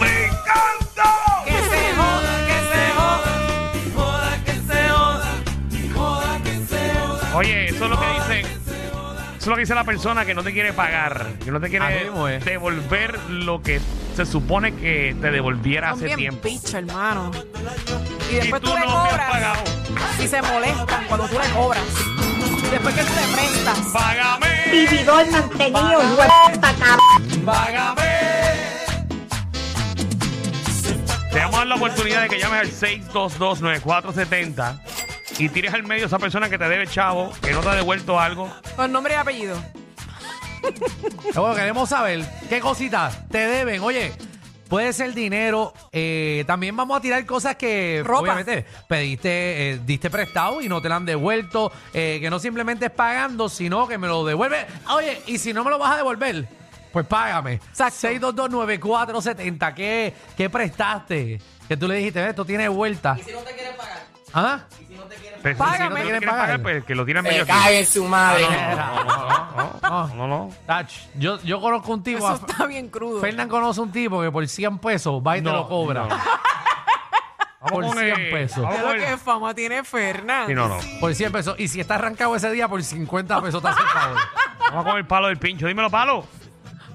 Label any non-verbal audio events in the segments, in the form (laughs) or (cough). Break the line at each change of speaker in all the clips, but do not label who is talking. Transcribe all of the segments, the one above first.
¡Me encanta!
¿Qué se joda? ¿Qué se joda?
Oye, eso es lo que dicen. Eso es lo que dice la persona que no te quiere pagar, que no te quiere
Así mismo es.
devolver lo que se supone que te devolviera
Son
hace
bien
tiempo.
bicho, hermano. Y
Y
después
tú
tú, le
no me has
cobras.
pagado.
Si se molestan cuando tú le cobras. Después que tú le prestas.
¡Págame!
vividor mantenido, hueputa cabrón.
Te vamos a dar la oportunidad de que llames al 622-9470 y tires al medio a esa persona que te debe chavo, que no te ha devuelto algo.
Con nombre y apellido.
Bueno, queremos saber qué cositas te deben. Oye, puede ser dinero. eh, también vamos a tirar cosas que
Ropa.
obviamente pediste, eh, diste prestado y no te la han devuelto. eh, que no simplemente es pagando, sino que me lo devuelve. Oye, y si no me lo vas a devolver, pues págame.
Exacto.
6229470. ¿Qué, ¿Qué prestaste? Que tú le dijiste, esto tiene vuelta. ¿Y si no te quieren pagar? ¿Ah?
Pero Pues, Si
Págame.
no te quieren pagar, pues que lo tiren medio. aquí.
su madre.
No, no, no, no, no, no.
Tach, yo, yo conozco un tipo.
Eso
a-
está bien crudo.
Fernán conoce un tipo que por 100 pesos va y te
No,
lo cobra.
no.
(laughs) Por
Vamos con,
100
eh,
pesos.
vamos
¿Qué es
con
lo
el-
que fama tiene Fernan?
Sí, no, no.
Por 100 pesos. Y si está arrancado ese día, por 50 pesos te hace
(laughs)
el favor.
Vamos con el palo del pincho. Dímelo, palo.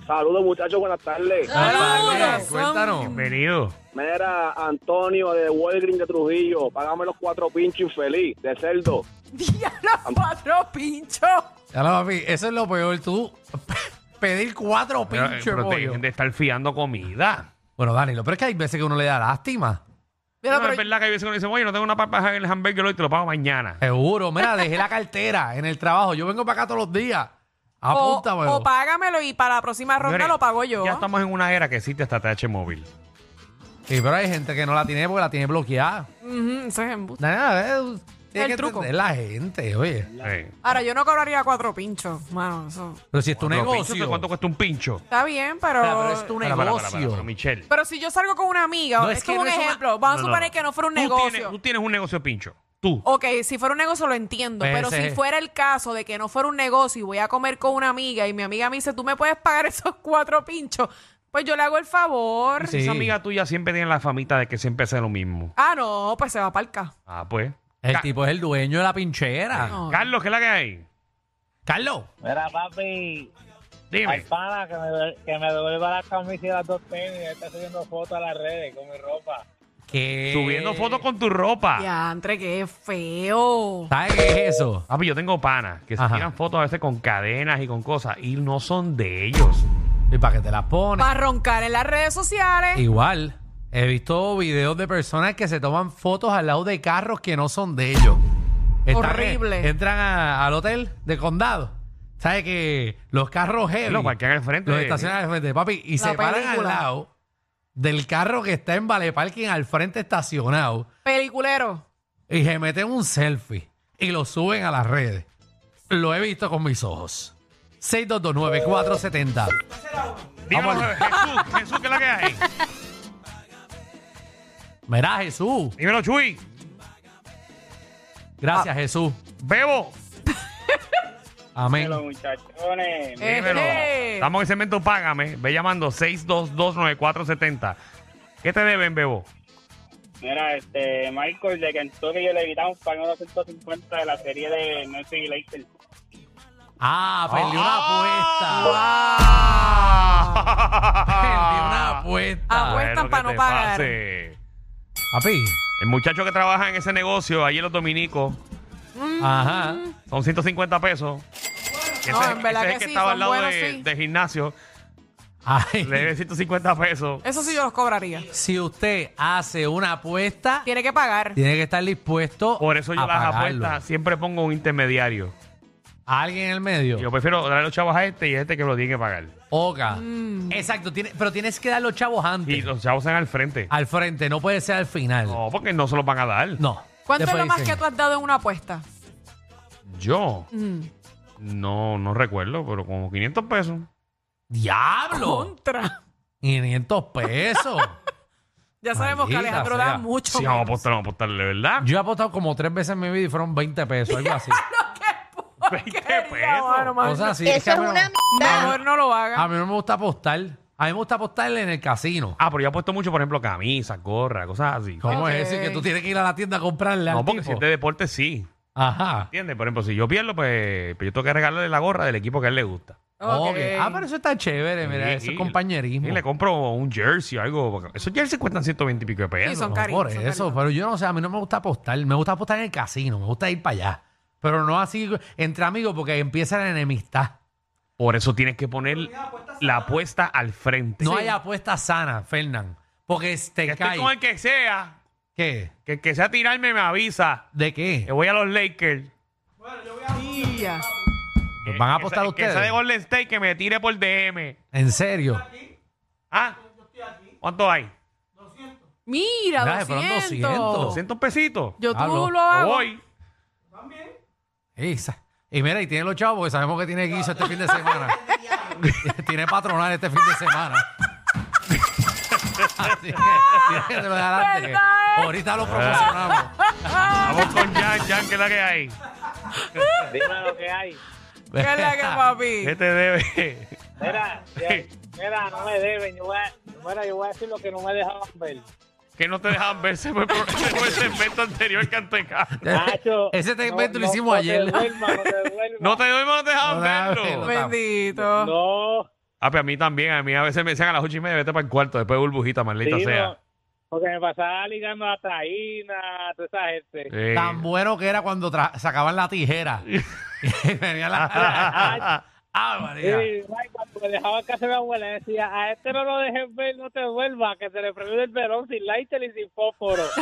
Saludos muchachos, buenas tardes.
Vale,
son-
Cuéntanos.
Bienvenido.
Mira, Antonio de Walgreen de Trujillo, págame los cuatro pinchos infeliz de cerdo.
(laughs) Diablo, cuatro pinchos.
Ya lo, papi, eso es lo peor. Tú (laughs) pedir cuatro
Pero, eh,
pinches
pero te
bollos.
dejen de estar fiando comida.
Bueno, Danilo, pero es que hay veces que uno le da lástima.
Mira,
No, es
pero
verdad que a veces uno dice, oye, no tengo una papaja en el hamburger hoy, te lo pago mañana.
Seguro. Mira, dejé la cartera en el trabajo. Yo vengo para acá todos los días.
o,
Apúntamelo.
o págamelo y para la próxima ronda
Señores,
lo pago yo.
Ya estamos en una era que existe hasta TH móvil.
Sí, pero hay gente que no la tiene porque la tiene bloqueada.
Ujú, eso es embuste.
Nada, eh, tiene
El
que
truco.
entender la gente, oye.
Eh.
Ahora, yo no cobraría cuatro pinchos, mano. Eso.
Pero si es tu
Los
negocio.
pinchos, ¿Cuánto cuesta un pincho?
Está bien,
Claro, pero es tu
Para, para, para, para,
negocio.
para, Michelle.
Pero si yo salgo con una amiga,
No,
es,
es que
como un
no es una-
ejemplo. Vamos
No,
a
no,
suponer
no.
que no fuera un
Tú
negocio.
Tienes, tú tienes un negocio pincho. Tú.
Oh,
Ok, si fuera un negocio lo entiendo,
Pues
pero
ese
si
es-
fuera el caso de que no fuera un negocio y voy a comer con una amiga y mi amiga me dice, tú me puedes pagar (laughs) esos cuatro pinchos, pues yo le hago el favor.
Sí.
Esa amiga tuya siempre tiene la famita de que siempre hace lo mismo.
Ah, no, pues se va para el ca.
Ah, pues.
El
Ca-
tipo es el dueño de la pinchera.
No.
Carlos, ¿qué es la que hay?
Carlos,
Mira, papi, al
Dime.
pana que me, que me devuelva la camisa y las dos tenis. Él Está subiendo fotos a las redes con mi ropa.
¿qué?
Subiendo fotos con tu ropa.
Ya, entre qué feo.
¿Sabes qué es eso?
Ah, pues yo tengo panas que se
Ajá.
tiran fotos a veces con cadenas y con cosas y no son de ellos.
Y para que te las pones.
Para roncar en las redes sociales.
Igual, he visto videos de personas que se toman fotos al lado de carros que no son de ellos.
Horrible.
Entran a- al hotel de condado. ¿Sabes que Los carros heavy.
Lo parquean al frente.
Los
de-
estacionan al frente, papi. Y
La
se paran al
película.
lado del carro que está en Vale Parking al frente estacionado.
Peliculero.
y se meten un selfie y lo suben a las redes. Lo he visto con mis ojos. 6229470.
Dímelo,
Vamos
Jesús, Jesús, ¿qué es la que hay?
Mirá, Jesús.
Dímelo, Chuy. Ah.
Gracias, Jesús.
Bebo.
Amén.
Los muchachones.
Eh.
Dímelo.
Este.
Ejé.
Estamos en el segmento Págame. Ve llamando 6229470. ¿Qué te deben, Bebo?
Mira, este, Michael de Kentucky yo le evitamos pagando 250 de la serie de Messi y Leicester.
Ah, perdí
Ah.
una apuesta. Perdí una
Ah.
apuesta.
Apuesta. Apuestan para no pagar.
Papi.
El muchacho que trabaja en ese negocio, allí en los dominicos,
mm,
Ajá.
son 150 pesos. Ese
No,
es-
en verdad
ese es el
que sí,
estaba
son
al lado
buenos,
de,
sí.
de gimnasio.
Ay,
Le debe 150 pesos.
Eso sí yo los cobraría.
si usted hace una apuesta,
Tiene que pagar.
tiene que estar dispuesto
Por eso yo
a
las
pagarlo.
apuestas siempre pongo un intermediario.
A alguien en el medio.
Yo prefiero darle los chavos a este y a este que lo tiene que pagar.
Oga.
Mm.
Exacto, tiene- pero tienes que dar los chavos antes.
Y los chavos están al frente.
Al frente, no puede ser al final. No.
No, porque no se los van a dar.
¿Cuánto es
Después
lo más
dicen,
que tú has dado en una apuesta?
Yo
Mm.
no, no recuerdo, pero como 500 pesos.
¡Diablo!
Contra.
500
(laughs)
pesos.
Ya sabemos que
Maldita
Alejandro
sea.
da mucho.
Sí, vamos a
menos.
apostar, vamos a apostarle, ¿verdad?
Yo he apostado como tres veces en mi vida y fueron 20 pesos, algo
(laughs)
así.
¿Veinte
Porquería,
pesos?
mano, mano.
Cosas así.
Eso
que a
es
mí no-
una
Mejor
mierda.
no lo
A
haga.
mí no me gusta apostar. A mí me gusta apostarle en el casino.
Ah, pero yo apuesto mucho, por ejemplo, camisas, gorras, cosas así.
¿Cómo
Ok.
es eso? Y Que tú tienes que ir a la tienda a comprarle al
No, porque si
tipo.
es de deporte, sí.
Ajá.
¿Entiendes? Por ejemplo, si yo pierdo, pues, pues yo tengo que regalarle la gorra del equipo que a él le gusta.
Ok. Ah, pero
Ok.
eso está chévere, mira,
Sí,
eso es
y-
compañerismo.
Y le compro un jersey o algo. porque Esos jerseys cuestan 120 y pico de pesos.
Sí, son
No,
carísimos,
por
son
eso,
carísimos.
pero yo no sé, a mí no me gusta apostar, me gusta apostar en el casino, me gusta ir para allá. Pero no así entre amigos porque empieza la enemistad.
Por eso tienes que poner la apuesta al frente.
No hay apuestas sanas, Fernán, porque
Que
te
estoy
cae.
con el que sea.
¿Qué?
Que el que sea tirarme me avisa.
¿De
Que
qué?
voy a los Lakers.
Ya.
¿Pues ¿Van a apostar
que, Que sea de
ustedes?
Golden State que me tire por DM.
¿En serio?
¿Ah? ¿Cuánto hay?
Mira,
Mira, fueron 200.
200 pesitos.
Yo tú
Hablo.
lo
Yo
hago.
voy.
Esa- Y mira, y tiene los chavos porque sabemos que tiene guiso este fin
(laughs)
de semana. tiene patronal este fin de semana. Así que, tiene que tenerlo adelante, que
¿Verdad, eh?
ahorita lo promocionamos.
Vamos con Jan, Jan, que es la que hay.
Dime lo que hay.
¿Qué es
(laughs)
la que, papi?
¿Qué te debe? (laughs)
Mira, ya- mira, no me deben. Yo voy a, mira, yo voy a decir lo que no me dejaban ver.
que no te dejan ver. Se fue, por- se fue ese evento anterior que anteca.
Nacho,
Ese segmento lo
no-
hicimos
no
ayer.
Te duermas, no (laughs) te duermas.
No te doy, no te dejan
No te dejan
verlo.
verlo.
Bendito.
No,
Ah, pero a mí también. A mí a veces me decían a las ocho y media, vete para el cuarto. Después burbujita, maldita
sí,
sea.
no, porque me pasaba ligando a Traína, a toda esa
Eh,
gente.
(laughs) Tan bueno que era cuando tra- sacaban la
(laughs)
tijera. y venía la. ¡Ah, María!
Sí, ay, cuando me dejaba en casa de mi abuela decía, a este no lo dejes ver, no te duermas, que se le prende el verón sin lighter y sin fósforo.
(laughs)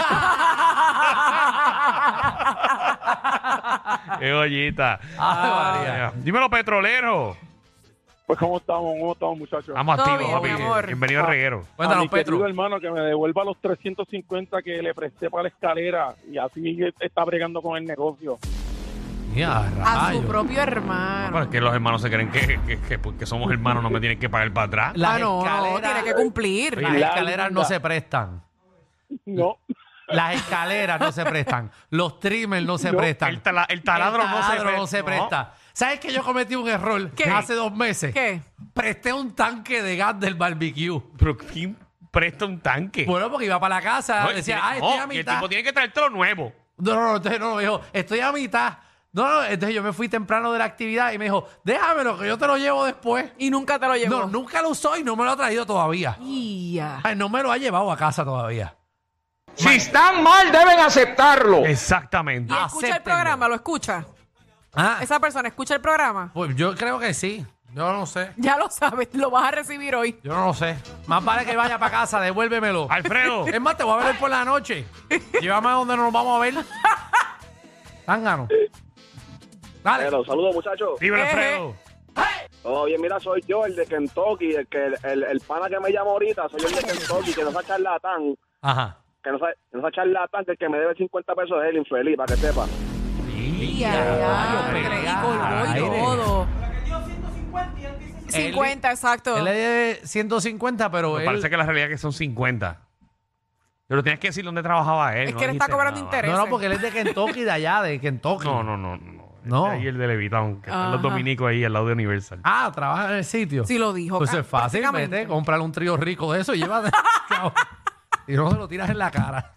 qué ollita.
¡Ah, María!
Ah, Dímelo, petrolero.
(laughs) Pues, ¿cómo estamos? ¿Cómo estamos, muchachos?
Estamos
Todo
activos,
bien, mi
papi.
amor.
Bienvenido al reguero.
A mi
Cuéntanos,
querido
Petro.
hermano que me devuelva los 350 que le presté para la escalera y así está bregando con el negocio.
Ya,
A su
rayos.
propio
Bueno,
hermano.
es que los hermanos se creen que, que, que porque somos hermanos no me tienen que pagar para atrás.
Las
ah, no, no,
escaleras-
tiene que cumplir.
Las
La
escaleras no
linda.
se prestan.
No,
Las escaleras no se prestan. Los trimmers no se prestan.
El, tala- el taladro,
El
no se,
taladro no se presta. ¿Sabes que yo cometí un error
¿Qué?
hace dos meses?
¿Qué?
Presté un tanque de gas del barbecue.
No, Pero ¿quién presta un tanque?
Bueno, porque iba para la casa,
No, y
decía,
tiene-
ah,
no,
estoy a
y el
mitad.
tipo tiene que traértelo nuevo.
No, no, no, entonces no, me dijo, estoy a mitad. No, no, entonces yo me fui temprano de la actividad y me dijo, déjamelo, que yo te lo llevo después.
Y nunca te lo llevó.
No, nunca lo usó y no me lo ha traído todavía.
Ya.
Ay, no me lo ha llevado a casa todavía.
Si están mal, deben aceptarlo.
Exactamente.
Y escucha el
Acéptenlo.
programa, lo escucha.
Ah,
Esa persona escucha el programa.
pues yo creo que sí. Yo no sé.
Ya lo sabes, lo vas a recibir hoy.
Yo no sé. Más vale que vaya para casa, devuélvemelo. (laughs)
Alfredo,
Es más, te voy a ver hoy por la noche. Llévame a donde nos vamos a ver. Tángano. Dale.
pero saludos, muchachos.
dímelo,
Eh,
Alfredo.
Oye, mira, soy yo, el de Kentucky, el, que, el, el pana que me llama ahorita, soy yo el de Kentucky, que no sea charlatán,
Ajá.
que no sea, que no sea charlatán, que el que me debe 50 pesos es el infeliz, para que sepa.
Ya, ya, hombre, y colgó y
Aire.
todo. 50, exacto.
Él le debe 150, pero
Me
Pues él...
parece que la realidad es que son 50. Pero tienes que decir dónde trabajaba él.
Es
no
que él está
dijiste
cobrando
nada.
interés.
No, no, porque él es de Kentucky, de allá, de Kentucky.
No, no, no. no. Este
No.
Ahí el de Levitown, que están los
Ajá.
dominicos ahí al lado de Universal.
Ah, trabaja en el sitio.
Sí lo dijo,
Pues
ca-
es fácil,
prácticamente.
vete, cómprale un trío rico de eso
(laughs)
y llévate. y no se lo tiras en la cara.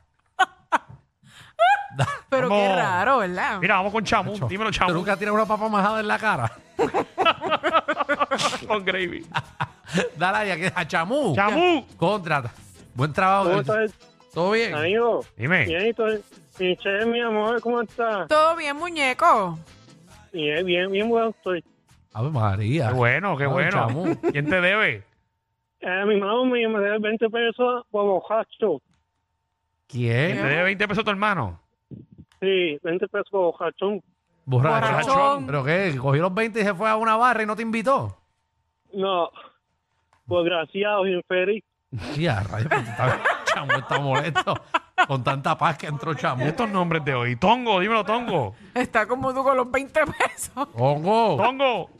Pero qué
Vamos.
raro, ¿verdad?
Mira, vamos con Chamu. Dímelo,
¿Tú
Chamu.
nunca tiras una papa majada en la cara?
(laughs) con gravy.
Dale ahí aquí a Chamú.
Chamu.
Contrata. Buen trabajo.
¿Cómo estás,
¿Todo bien?
amigo?
Dime.
Bien, ¿y tú? Michelle, mi amor, ¿cómo estás?
Todo bien, muñeco.
Bien, bien, bien bueno estoy.
Ave María.
Qué bueno, qué
Ay,
bueno.
Chamu.
¿Quién te debe?
Eh, mi mamá me debe 20 pesos por bojacho.
¿Te
¿Quién?
debe 20 pesos tu hermano?
Sí, 20 pesos por bojacho.
Borracho.
Borrachón.
¿Pero qué? ¿Cogió los 20 y se fue a una barra y no te invitó?
No, por graciado, infeliz.
Ya, rayos, pero tú estás- (laughs) chamo está molesto. Con tanta paz que entró chamo.
Estos nombres de hoy. Tongo, dímelo, Tongo.
Está como tú con los 20 pesos.
Hongo.
Tongo.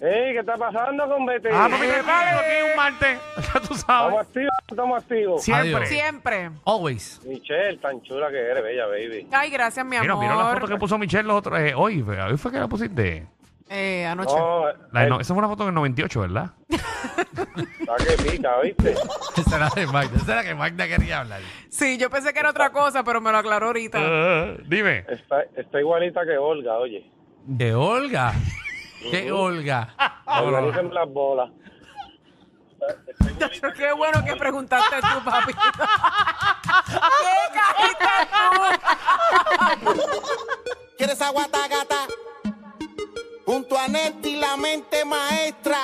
Ey, ¿qué está pasando con Betty?
Ah, papi, te pago aquí un martes. (laughs) Ya tú sabes.
activos, estamos activos.
Siempre.
Adiós.
Siempre.
Always.
Michelle, tan chula que eres, bella baby.
Ay, gracias, mi
Mira,
amor.
mira la foto que puso Michelle los otros, eh, hoy. fue- Hoy fue que la pusiste.
Eh, anoche.
No,
La de no- esa fue una foto del 98, ¿verdad?
está que pica, ¿viste?
Esa era de Magda. Esa era que Magda quería hablar.
Sí, yo pensé que era otra cosa, pero me lo aclaró ahorita.
Eh, dime.
Está, está igualita que Olga, oye.
De
(laughs)
Olga. ¿Qué Olga?
Ah,
Organicen las bolas.
Qué bueno que preguntaste tú, papi. ¡Qué cajita tú!
¿Quieres agua gata? Junto a Neti, la mente maestra.